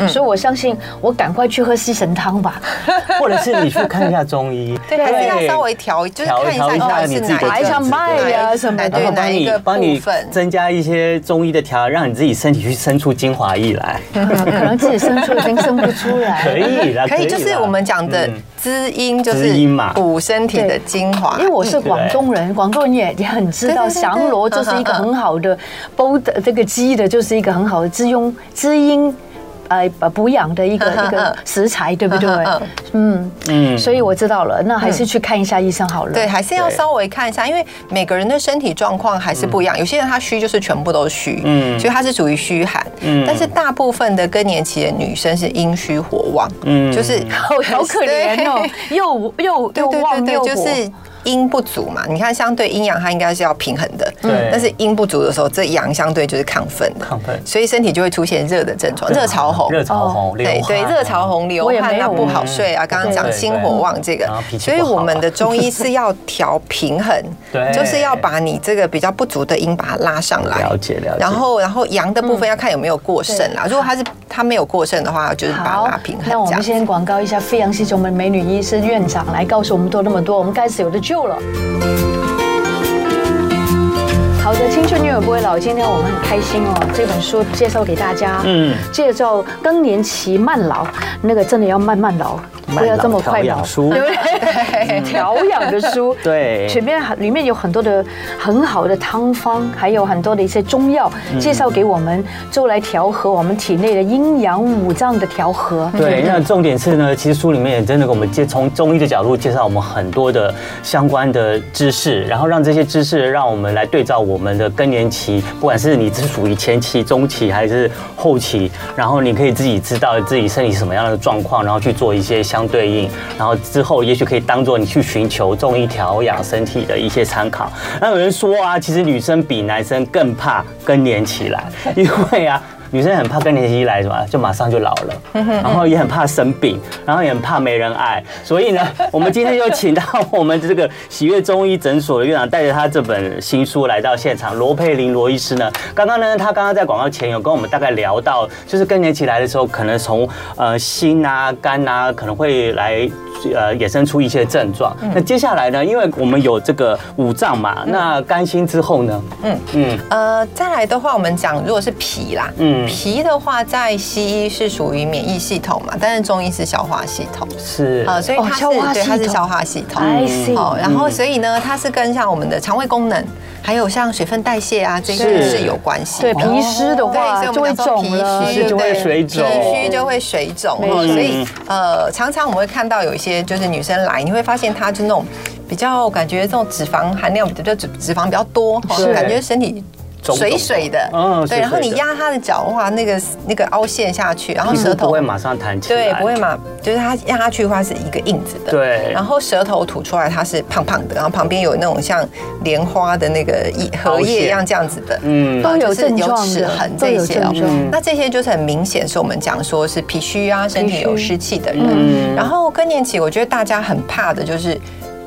B: 所以我相信我赶快去喝西神汤 吧。
C: 或者是你去看一下中医，
D: 对，还是要稍微调，就是
C: 调
D: 看一下
C: 调一下
D: 到底
C: 你
D: 是
C: 自己
D: 哪
C: 的
B: 一下
D: 个
B: 脉呀什么的
C: 然
D: 对
C: 后
D: 哪
C: 帮
D: 一
C: 你
D: 个
C: 帮
D: 部
C: 你
D: 分。
C: 增加一些中医的调，让你自己身体去生出精华液来，
B: 可能自己生出已经生不出
C: 啊可
B: 来。
C: 以啦，嗯
D: 可以，就是
C: 啦
D: 我们讲的滋阴，就
C: 滋
D: 是
C: 阴嘛
D: 补身体的精华。
B: 因为我是广东人，广东人也也很知道
D: 对对对对
B: 降罗就是一个很好的煲的这个鸡的，就是一个很好的滋阴滋阴，呃呃补养的一 个
D: 嗯嗯嗯
B: 一个食材，对不对
D: 嗯嗯？嗯
B: 嗯，
C: 嗯
B: 所以我知道了，那还是去看一下医生好了。
D: 对，，还是要稍微看一下，因为每个人的身体状况还是不一样。有些人他虚就是全部都虚，嗯，
C: 嗯
D: 所以他是属于虚寒。嗯，但是大部分的更年期的女生是阴虚火旺，嗯，就是
B: 好好可怜哦，又又
D: 对
B: 又
D: 对对
B: 旺
D: 对，
B: 又
D: 就
B: 火，
D: 是阴不足嘛。你看，相对阴阳它应该是要平衡的，
C: 对
D: 但是阴不足的时候，这阳相对就是亢奋的，
C: 亢奋
D: 所以身体就会出现热的症状，热潮红，
C: 热潮
B: 哦
C: 红，流
D: 对
C: 汗啊
D: 对，热潮红流
B: 我也
D: 汗，
B: 没
D: 那
B: 有哎
D: 不好睡啊。刚刚讲
C: 对
D: 心火旺这个
C: 然后脾，气
D: 所
C: 不
D: 以
C: 好啊，
D: 我们的中医是要调平衡
C: 对
D: 就是要把你这个比较不足的阴把它拉上来。
C: 了解嗯了解
D: 然后，然后阳的部分要看有没有过剩啦。如果它是它没有过剩的话，就是把它
B: 好
D: 拉啊平，衡。
B: 那我
D: 这样
B: 们先广告一下飞扬系中门美女医师院长来告诉我们多那么多，我们开始有的救了。好的，青春永远不会老。今天我们很开心哦，这本书介绍给大家，嗯，介绍更年期慢老，那个真的要慢慢老，不要这么快
C: 慢
B: 老
C: 老调养， 书
B: 对不对？调养的书，
C: 嗯 对
B: 前面里面有很多的很好的汤方，还有很多的一些中药
C: 嗯
B: 介绍给我们，就来调和我们体内的阴阳五脏的调和。
C: 对，那重点是呢，其实书里面也真的给我们介从中医的角度介绍我们很多的相关的知识，然后让这些知识让我们来对照我们的更年期，不管是你是属于前期、中期还是后期，然后你可以自己知道自己身体什么样的状况，然后去做一些相相对应，然后之后也许可以当做你去寻求中医调养身体的一些参考。那有人说啊，其实女生比男生更怕更年期来，因为啊。女生很怕更年期一来什么，就马上就老 了，然后也很怕生病，然后也很怕没人爱。所 以呢，我们今天就请到我们这个喜悦中医诊所的院长，带着他这本新书来到现场。罗佩玲罗医师呢，刚刚呢，他刚刚在广告前有跟我们大概聊到，就是更年期来的时候，可能从呃心啊、肝啊，可能会来呃衍生出一些症状。
D: 嗯
C: 那接下来呢，因为我们有这个五脏嘛，那
D: 嗯
C: 肝心之后呢，嗯嗯
D: 呃，再来的话，我们讲如果是脾啦，
C: 嗯
D: 嗯，脾的话在西医是属于免疫系统嘛，但是中医是消化系统，
C: 是
D: 呃，所以
B: 哦
D: 它是、
B: 消化
D: 对
B: 系
D: 它是
B: 统
D: 消化系统。
B: I see
D: 哦，然
C: 嗯
D: 后所以呢，它是跟像我们的肠胃功能，还有像水分代谢啊这些
C: 是
D: 是有关系
B: 对
D: 的。
B: 脾湿的
D: 哦对，
B: 话
D: 所以
B: 就
D: 我
B: 会
D: 们讲说
B: 肿了，
D: 脾
C: 是
D: 虚
C: 就会
D: 对
C: 水肿嗯
D: 脾虚就会水肿
B: 没
D: 哦，
B: 错
D: 所以呃，常常我们会看到有一些就是女生来，你会发现她就那种比较感觉这种脂肪含量比较脂脂肪比较多，哦
C: 是
D: 感觉身体。
C: 肿
D: 水水的，
C: 嗯水水
D: 对，然后你
C: 的
D: 压她的脚的话，那个那个凹陷下去，然后
C: 皮
D: 舌
C: 肤不
D: 头
C: 会马上弹起来，
D: 对，不会嘛，就是它压下去的话是一个印子的。
C: 对
D: 然后舌头吐出来它是胖胖的，然后旁边有那种像莲花的那个叶荷叶一样这样子的，
C: 嗯
D: 啊
B: 都有
D: 就是
B: 症状的
D: 齿痕
B: 都
D: 这
B: 有
D: 些哦
B: 症状嗯。
D: 那这些就是很明显是我们讲说是脾虚啊，身体有湿气的
C: 嗯
D: 人。然后更年期，我觉得大家很怕的就是。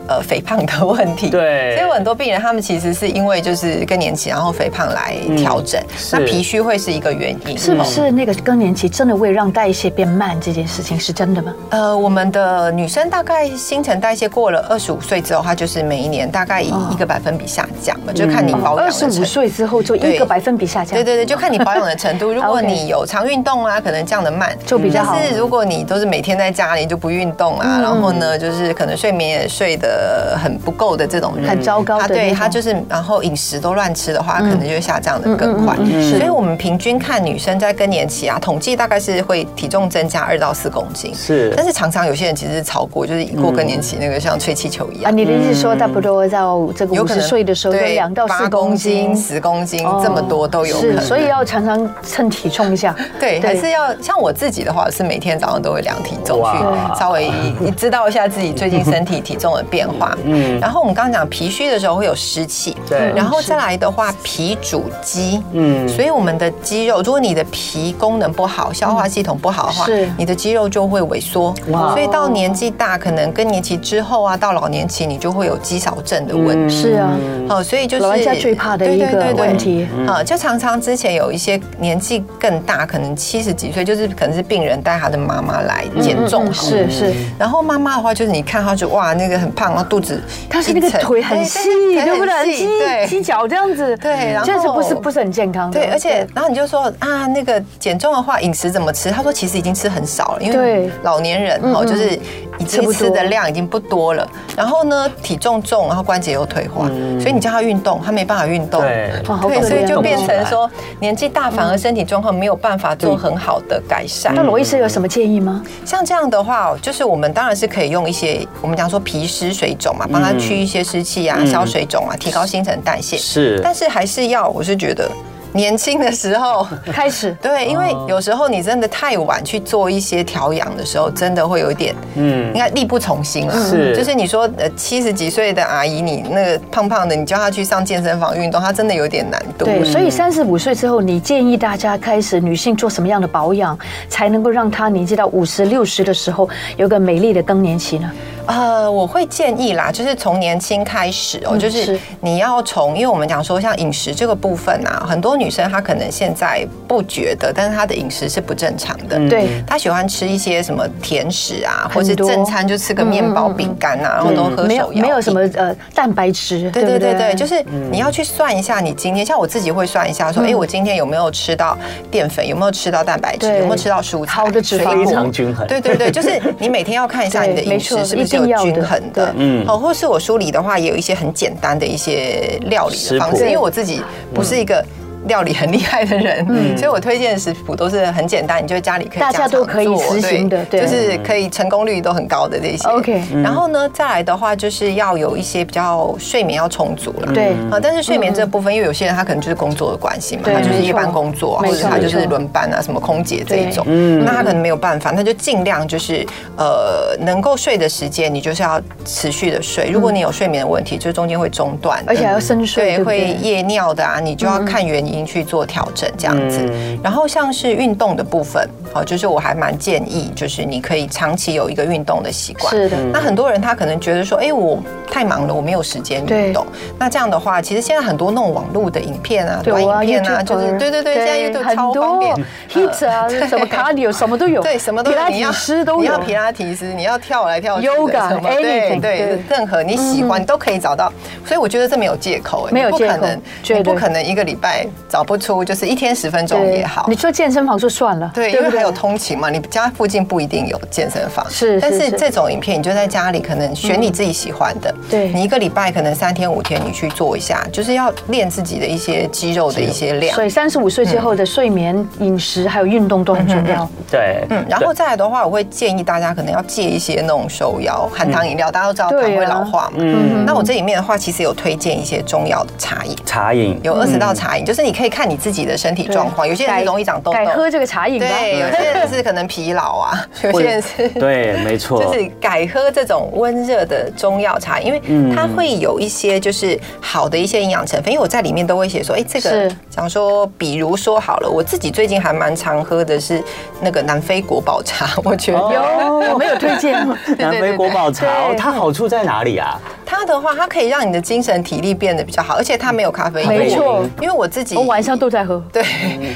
D: 呃，肥胖的问题，
C: 对
D: 所以我很多病人他们其实是因为就是更年期，然后肥胖来调整，
C: 嗯是
D: 那脾虚会是一个原因，哦
B: 是不是那个更年期真的会让代谢变慢？这件事情是真的吗？
D: 呃，我们的女生大概新陈代谢过了二十五岁之后，它就是每一年大概以一个百分比下降嘛，就
C: 嗯
D: 看你嗯
B: 哦
D: 保养
B: 嗯二
D: 的
B: 十
D: 程
B: 五
D: 度。
B: 岁之后就一
D: 对
B: 个百分比下降。
D: 对对对，就看你保养的程度。如 果
B: 哦 OK
D: 你有常运动啊，可能降得慢，
B: 就比较好嗯
D: 但是如果你都是每天在家里就不运动啊，然后呢，就是可能睡眠也睡得很不够的这种人，
B: 很糟糕的
D: 他对
B: 那种
D: 他就是，然后饮食都乱吃的话，
B: 嗯
D: 可能就会下降的更快。所以我们平均看女生在更年期啊，统计大概是会体重增加二到四公斤。
C: 是
D: 但是常常有些人其实是超过，就是过更年期那个像吹气球一
B: 啊，
D: 样，
B: 你的意思是说
C: 嗯
B: 差不多到这个五十岁的时候，有
D: 对
B: 两到
D: 八
B: 四
D: 公
B: 公
D: 斤、
B: 斤。
D: 十公斤
B: 哦
D: 这么多都有可
B: 是，
D: 能。
B: 所以要常常称体重一下。
D: 对，还是要像我自己的话，我是每天早上都会量体重
C: 哇
D: 去稍微知道一 下自己最近身体体重的变化。嗯，然后我们刚刚讲脾虚的时候会有湿气，
C: 对
D: 然
B: 嗯
D: 后再来的话，脾主肌，
C: 嗯
D: 嗯，所以我们的肌肉，如果你的脾功能不好，消化系统不好的话，
B: 是
D: 你的肌肉就会萎缩。
C: 哇
D: 所以到年纪大，可能更年期之后啊，到老年期你就会有肌少症的问题。
B: 是啊，
D: 哦，所以就是
B: 老人家最怕的一个
D: 对对对对
B: 问题嗯
D: 啊，就常常之前有一些年纪更大，可能七十几岁，就是可能是病人带他的妈妈来减重
B: 嗯
D: 好了
B: 是是，
D: 然后妈妈的话，就是你看她就哇那个很胖，然后肚子一层，
B: 但是那个腿很细，对不对？
D: 对对
B: 鸡
D: 对
B: 鸡脚这样子，
D: 对然后
B: 这样子不是不是很健康的。
D: 对，而且然后你就说啊，那个减重的话，饮食怎么吃？他说其实已经吃很少了，因为
B: 对嗯
D: 老年人哦，就是已
B: 吃
D: 经
B: 不
D: 吃的
B: 多
D: 量已经不多了。然后呢，体重重，然后关节又退化，
B: 嗯
D: 所以你叫他运动，他没办法运动。
C: 对
B: 哇好可
D: 对，所以
B: 怜
D: 就
B: 哦
D: 变成说，年纪大反而身体状况没有办法做很好的改善。
B: 嗯那罗医师有什么建议吗？
D: 像这样的话，就是我们当然是可以用一些我们讲说脾湿水肿
B: 嗯
D: 嘛，帮他去一些湿气啊、消水肿啊，提高新陈代谢。
C: 是
D: 但是还是要，我是觉得年轻的时候。
B: 开始
D: 对，因为
B: 哦
D: 有时候你真的太晚去做一些调养的时候，真的会有一点，嗯，应该力不从心了。
C: 是
D: 就是你说呃七十几岁的阿姨，你那个胖胖的，你叫她去上健身房运动，她真的有点难度。
B: 对，所以三十五岁之后，你建议大家开始女性做什么样的保养，才能够让她年纪到五十六十的时候有个美丽的更年期呢？
D: 呃，我会建议啦，就是从年轻开始哦，
B: 嗯
D: 就是
B: 是
D: 你要从，因为我们讲说像饮食这个部分啊，很多女生她可能现在不觉得，但是她的饮食是不正常的。
B: 对，
D: 她喜欢吃一些什么甜食啊，
B: 嗯
D: 或
B: 很
D: 是
B: 多嗯
D: 正餐就吃个面包、饼干啊，然后都喝手
B: 没
D: 摇
B: 有
D: 饮。
B: 没有什么呃蛋白质，
D: 对对
B: 不嗯
D: 对对，就是你要去算一下，你今天像我自己会算一下，说，哎，我今天有没有吃到淀粉，有没有吃到蛋白质，
B: 对
D: 有没有吃到蔬菜，
B: 好的脂肪
D: 水
C: 非
D: 果
C: 常均衡
D: 对对对，就是你每天要看一下你的
B: 对
D: 饮
B: 没
D: 食
B: 错
D: 是不是
B: 一定
D: 有
B: 要的
D: 均衡的
B: 对，
D: 嗯，哦，或是我梳理的话，也有一些很简单的一些料理的方
C: 食
D: 式，
C: 谱嗯
D: 因为我自己不是一个。料理很厉害的人，所以我推荐的食谱都是很简单，你就在家里可以
B: 嗯大家
D: 家常
B: 都可以
D: 做
B: 执行的对
D: 就是可以成功率都很高的这些。
B: OK
D: 然后呢，再来的话就是要有一些比较睡眠要充足了。
B: 对
D: 啊，但是睡眠这部分，因为有些人他可能就是工作的关系嘛，
B: 对
D: 他就是
B: 嗯没
D: 夜
B: 错
D: 班工作啊，
B: 没
D: 或
B: 错嗯
D: 者他就是轮班啊，什么空姐这一种，那他可能没有办法，那就尽量就是呃能够睡的时间，你就是要持续的
B: 嗯
D: 睡。如果你有睡眠的问题，就中间会中断的，
B: 而且还要深睡，
D: 对，
B: 对不
D: 会
B: 对？
D: 夜尿的啊，你就要
B: 嗯
D: 看原因去做调整这样子。然后像是运动的部分，哦，就是我还蛮建议，就是你可以长期有一个运动的习惯。
B: 是的，
D: 那很多人他可能觉得说，哎、我太忙了，我没有时间
B: 对
D: 运动。那这样的话，其实现在很多那种网络的影片啊、
B: 对，
D: 短
B: 我要
D: 影片啊，
B: YouTube，
D: 就是对对对，现在 YouTube
B: 很
D: 超方便嗯
B: 多。，hit 啊，
D: 对
B: 什么 cardio 什么都有，
D: 对，什么都
B: 皮
D: 有，
B: 拉
D: 你要
B: 提师都
D: 你
B: 有
D: 要，皮拉提斯，你要跳来跳去的
B: Yoga，
D: 什么
B: anything，对嗯
D: 对对，任何你喜欢都可以找到。所以我觉得这没有借口，哎
B: 没有
D: 你不可
B: 借口
D: 能
B: 绝
D: 你不
B: 对
D: 可能一个礼拜找不出，就是一天十分钟
B: 对
D: 也好
B: 你。做健身房就算了，
D: 对，因
B: 不
D: 为还有通勤嘛，你家附近不一定有健身房。
B: 是
D: 但
B: 是
D: 是
B: 是
D: 这种影片你就在家里，可能选你自己喜欢的。
B: 对
D: 你一个礼拜可能三天五天，你去做一下，就是要练自己的一些肌肉的一些量嗯
B: 所。以三十五岁之后的睡眠、饮食还有运动都很重要。
C: 对，
D: 嗯，然后再来的话，我会建议大家可能要戒一些那种手摇含糖饮料，大家都知道糖
B: 对啊
D: 会老化嘛。
C: 嗯
D: 嗯，那我这里面的话，其实有推荐一些中药的茶饮，
C: 茶饮
D: 有二十道茶饮，就是你可以看你自己的身体
B: 嗯对
D: 状况，有些人
B: 改
D: 是容易长痘痘，
B: 改喝这个茶饮吧。
D: 对，有些人是可能疲劳啊，有些人是。
C: 对，没错，
D: 就是改喝这种温热的中药茶，因为
B: 嗯
D: 它会有一些就是好的一些营养成分，因为我在里面都会写说，哎、这个
B: 是
D: 想说，比如说好了，我自己最近还蛮常喝的是那个南非国宝茶， 我觉
B: 哦
D: 得、
B: 有，
D: 哦
B: 我没有推 荐。
C: 南非国宝茶哦，
B: 对
C: 它好处在哪里啊？
D: 它的话，它可以让你的精神体力变得比较好，而且它没有咖啡因，
B: 没错，
D: 因为我自己
B: 我晚上都在喝，
D: 对，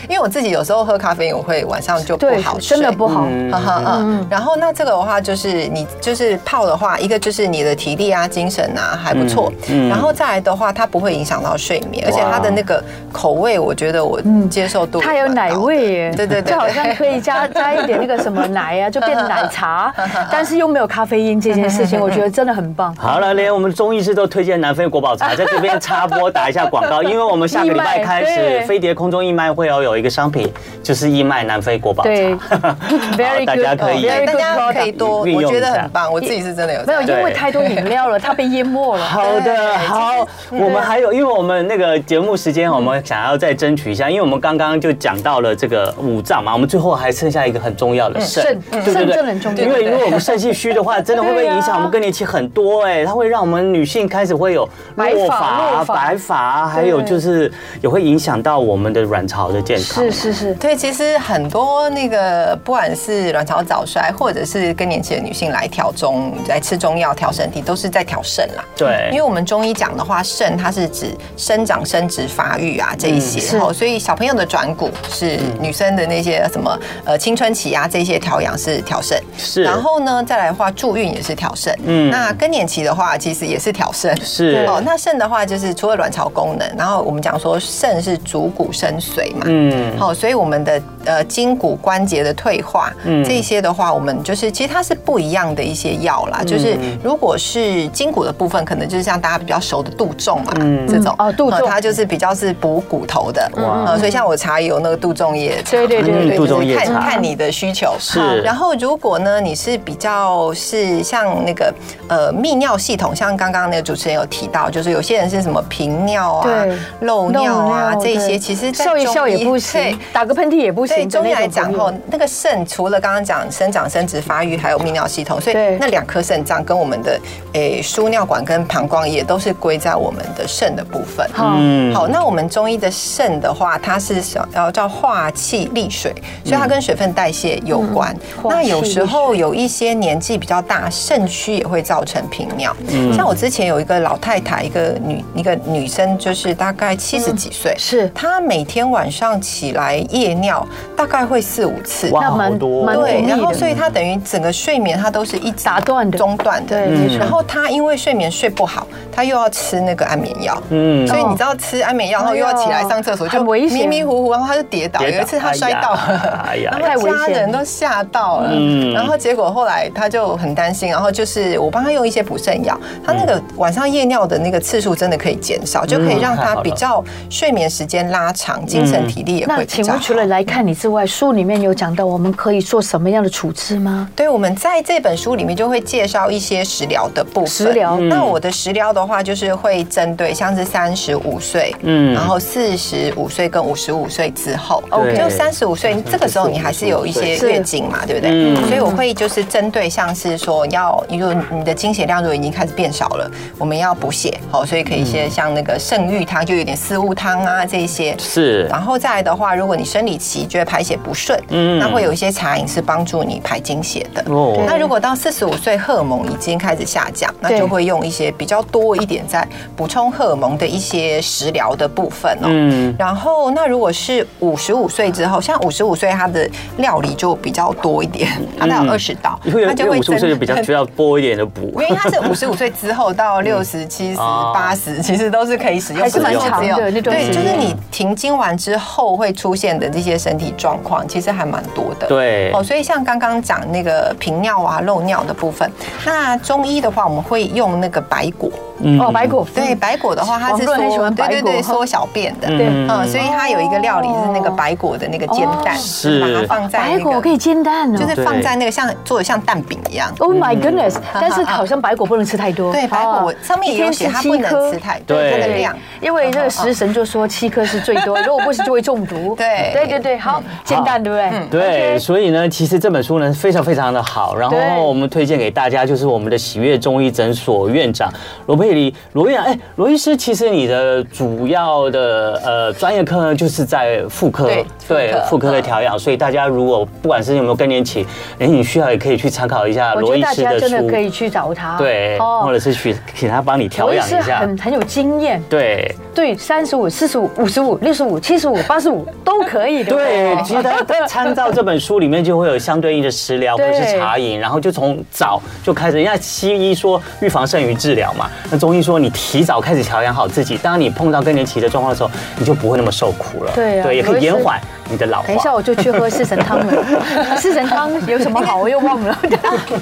D: 因为我自己有时候喝咖啡因，我会晚上就不
B: 对
D: 好，睡，
B: 真的不好。
D: 哈哈嗯，然后那这个的话，就是你就是泡的话，一个就是你的体力啊、精神啊还不错，
B: 嗯
D: 然后再来的话，它不会影响到睡眠，而且它的那个口味，我觉得我接受度
B: 嗯它有
D: 蛮
B: 奶
D: 高的
B: 味耶，
D: 对对对，
B: 就好
D: 对
B: 像可以 加加一点那个什么奶啊，就变奶茶，但是又没有咖啡因这件事情，我觉得真的很 棒。
C: 好了，连我们中医师都推荐南非国宝茶，在这边插播打一下广 告，因为我们下个礼拜开
B: 义卖对
C: 始飞碟空中义卖会哦，有一个商品就是义卖南非国宝茶，
B: 对 ，very
C: 好大家
B: good，哦
C: 可以
B: ，very
D: 对
B: good
D: 大家可以
B: product。
D: 多，
C: 运用
D: 我觉得很棒，我自己是真的有
B: 没
D: 在
B: 有，
D: 用。
B: 因为
C: 对
B: 太多饮料了，它被淹没了。
C: 好的，
D: 对
C: 好，我们还有，因为我们那个节目时间，我们想要再争取一下，因为我们刚刚就讲到了这个五脏嘛，我们最后还剩下一个很重要的肾，
B: 肾
C: 对不
B: 肾
C: 对？
B: 真的很重要
C: 因为如果我们肾气虚的话，真的会不会影
B: 对
C: 响
B: 啊
C: 我们更年期很多？哎，它会让我们女性开始会有
B: 白
C: 落
B: 发落
C: 发、
B: 发
C: 白发，还有就是也会影响到我们的卵巢的健康
B: 是。是 是，
D: 对，其实很多那个不管是卵巢早衰，或者是更年期的女性来调中来吃中药调身体，都是在调肾啦。因
C: 对
D: 为，我们中医讲的话，肾它是指生长、生殖、发育啊这一
C: 嗯
D: 些，
B: 是
D: 哦，所以小朋友的转骨是女生的那些什么呃青春期啊这些调养是调肾，
C: 是
D: 然后呢再来的话助孕也是调肾，
C: 嗯
D: 嗯，那更年期的话其实也是调肾，
C: 是
D: 哦，那肾的话就是除了卵巢功能，然后我们讲说肾是主骨生髓嘛，
C: 嗯，
D: 好、所以我们的呃筋骨关节的退化，
C: 嗯
D: 这些的话，我们就是其实它是不一样的一些药
C: 嗯
D: 啦。就是如果是筋骨的部分，可能就是像大家比较熟的杜仲嘛，
C: 嗯
D: 这种
B: 哦杜仲
D: 呃它就是比较是补骨头的，
C: 哇
D: 呃，所以像我茶也有那个杜仲叶茶，
B: 对对对
C: 嗯
B: 对
C: 杜仲
D: 就是
C: 叶
D: 看
C: 茶
D: 看你的需求
C: 是
D: 然后如果呢，你是比较是像那个呃泌尿系统，像刚刚那个主持人有提到，就是有些人是什么频尿啊
B: 对、
D: 漏尿啊
B: 漏
D: 这
B: 对
D: 些，其实在
B: 笑一
D: 中
B: 笑
D: 医
B: 也不
D: 对
B: 行，打个喷嚏也不
D: 对
B: 行。
D: 中医来讲
B: 后
D: 吼，，那个肾除了刚刚讲生长、生殖、发育，还有泌尿系统，所以
B: 对
D: 那两颗肾脏跟我们的诶输尿管跟膀胱也都是归在我们的肾的部分。
B: 好，
C: 嗯
D: 好，那我们中医的肾的话，它是想要叫化气利水，所以它跟水分代谢有关。
B: 嗯化
D: 那
B: 气
D: 有
B: 利
D: 时候有一些年纪比较大，肾虚也会造成频尿。像我之前有一个老太太，一个女一个女生，就是大概七十几岁，
B: 是
D: 她每天晚上起来夜尿大概会四五次。
C: 哇
B: 那蛮
C: 好多哦
B: 蛮
D: 对，
B: 容
D: 然
B: 易
D: 后
B: 的
D: 所以她等于整个睡眠她都是一直
B: 打断的
D: 中断的。嗯
B: 对没错
D: 然后她因为睡眠睡不好，她又要吃那个安眠药，
C: 嗯，
D: 所以你知道吃安眠药，然后又要起来上厕所，
B: 哎呦
D: 就
B: 很危险
D: 迷迷糊糊，然后他就跌倒。
C: 跌倒
D: 有一次他摔倒了，
C: 哎呀哎呀
D: 然后家人都吓到了
C: 嗯。
D: 然后结果后来他就很担心，然后就是我帮他用一些补肾药，他那那个晚上夜尿的那个次数真的可以减少，就可以让他比较睡眠时间拉长，精神体力也
B: 嗯那
D: 会
B: 请
D: 比较
B: 问
D: 好。
B: 除了来看你之外，书里面有讲到我们可以做什么样的处置吗？
D: 对，我们在这本书里面就会介绍一些食疗的部分。
B: 食疗嗯
D: 那我的食疗的话，就是会针对像是三十五岁，
C: 嗯
D: 嗯，然后四十五岁跟五十五岁之后
C: 对，
D: 就三十五岁这个时候你还是有一些
B: 是
D: 月经嘛，对不对？
C: 嗯
D: 所以我会就是针对像是说要，因为你的经血量如果已经开始变少了，我们要补血，好，所以可以一些像那个圣域汤，就有点四物汤啊这一些，
C: 是
D: 然后再来的话，如果你生理期觉得排血不顺，
C: 嗯
D: 嗯，那会有一些茶饮是帮助你排经血的。
C: 哦
D: 那如果到四十五岁，荷尔蒙已经开始下降，那
B: 对
D: 就会用一些比较多一点在补充荷尔蒙的一些食疗的部分哦。
C: 嗯
D: 然后，那如果是五十五岁之后，像五十五岁，它的料理就比较多一点，它大概有二十道，
C: 因为
D: 它
C: 嗯因为五十五
D: 增
C: 岁就比较需要多一点的补
D: 因，为它是五十五岁之 后到六十七、十
C: 哦
D: 八十，其实都是可以使用，
B: 嗯还是
C: 蛮
D: 不只有
B: 长的那段
D: 对，
B: 时
D: 就
B: 间
D: 是你停经完之后会出现的这些身体状况，其实还蛮多的。。
C: 对
D: 哦，所以像刚刚讲那个频尿啊、漏尿的部分，那中医的话，我们会用那个白果。
C: 嗯
B: 哦，白果
D: 对，白果的话，它是
B: 网络很喜
D: 缩
B: 欢
D: 对
B: 白
D: 对
B: 果
D: 对缩小便的。
B: 对
C: 嗯
D: 嗯，所以它有一个料理是那个白果的那个煎蛋，
C: 是
D: 把它放在那
B: 哦白
D: 个
B: 果可以煎蛋哦，
D: 就是放
C: 对
D: 在那个像做的像蛋饼一样。
B: Oh my goodness！
D: 嗯
B: 但是好像白果不能吃太多。
D: 对白果
B: 哦
D: 我上面也有写它不能吃太多
C: 对
B: 一天
C: 它的
B: 七颗
D: 量
B: 因为这个食神就说七颗是最 多，如果不是就会中毒。
D: 对嗯
B: 对对对，好，煎蛋对不对？
C: 对，
B: OK，
C: 所以呢，其实这本书呢非常非常的好，然
B: 对
C: 后我们推荐给大家就是我们的喜悦中医诊所院长罗佩里罗院长，哎，罗医师，其实你的主要的呃专业课呢就是在妇科，
D: 对妇科
C: 妇科
B: 嗯
C: 的调养，所以大家如果不管是有没有更年期，哎，你需要也可以去参考一下
B: 我
C: 罗
B: 觉得
C: 医
B: 大
C: 师
B: 家
C: 的
B: 真的
C: 书，
B: 可以哦去找他。
C: 对，或者是去请他帮你调
B: 我也
C: 养
B: 是
C: 一下，
B: 很很有经验，
C: 对。
B: 对，三十五、四十五、五十五、六十五、七十五、八十五都可以的。
C: 对，其实它它参照这本书里面就会有相对应的食疗或者是
B: 对
C: 茶饮，然后就从早就开始。人家西医说预防胜于治疗嘛，那中医说你提早开始调养好自己，当你碰到更年期的状况的时候，你就不会那么受苦了。
B: 对啊
C: 对，也可
B: 尤
C: 以
B: 其是
C: 延缓你的老
B: 等一下
C: 化。
B: 我就去喝四神汤 了。四神汤有什么好？我又忘了。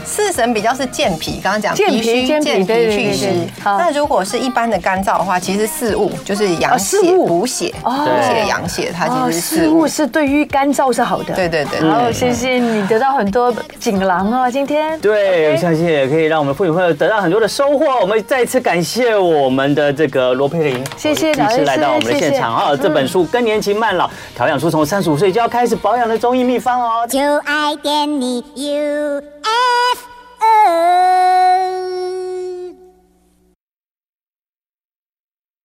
D: 四神比较是健脾，刚刚讲
B: 健脾
D: 虚
B: 健
D: 健
B: 脾
D: 脾
B: 对对
D: 祛
B: 对
D: 湿
B: 对对。好
D: 那如果是一般的干燥的话，其实四物就是
B: 哦
D: 养
B: 四
D: 血
B: 物、
D: 补血、
B: 哦
D: 补血、养血，它
B: 哦，
D: 啊其实是
B: 食
D: 四
B: 物
D: 物。
B: 是对于干燥是好的。
D: 对对对，对
B: 好，谢谢你得到很多锦囊啊，今天。
C: 对，我
B: OK
C: 相信也可以让我们妇女朋友得到很多的收获。我们再次感谢我们的这个罗佩玲，
B: 谢谢
C: 医师来到我们的
B: 谢谢嗯
C: 现场啊。这本书《更年期慢老调养出从三十五岁就要开始保养的中医秘方》哦，
E: 就爱点你 UFO。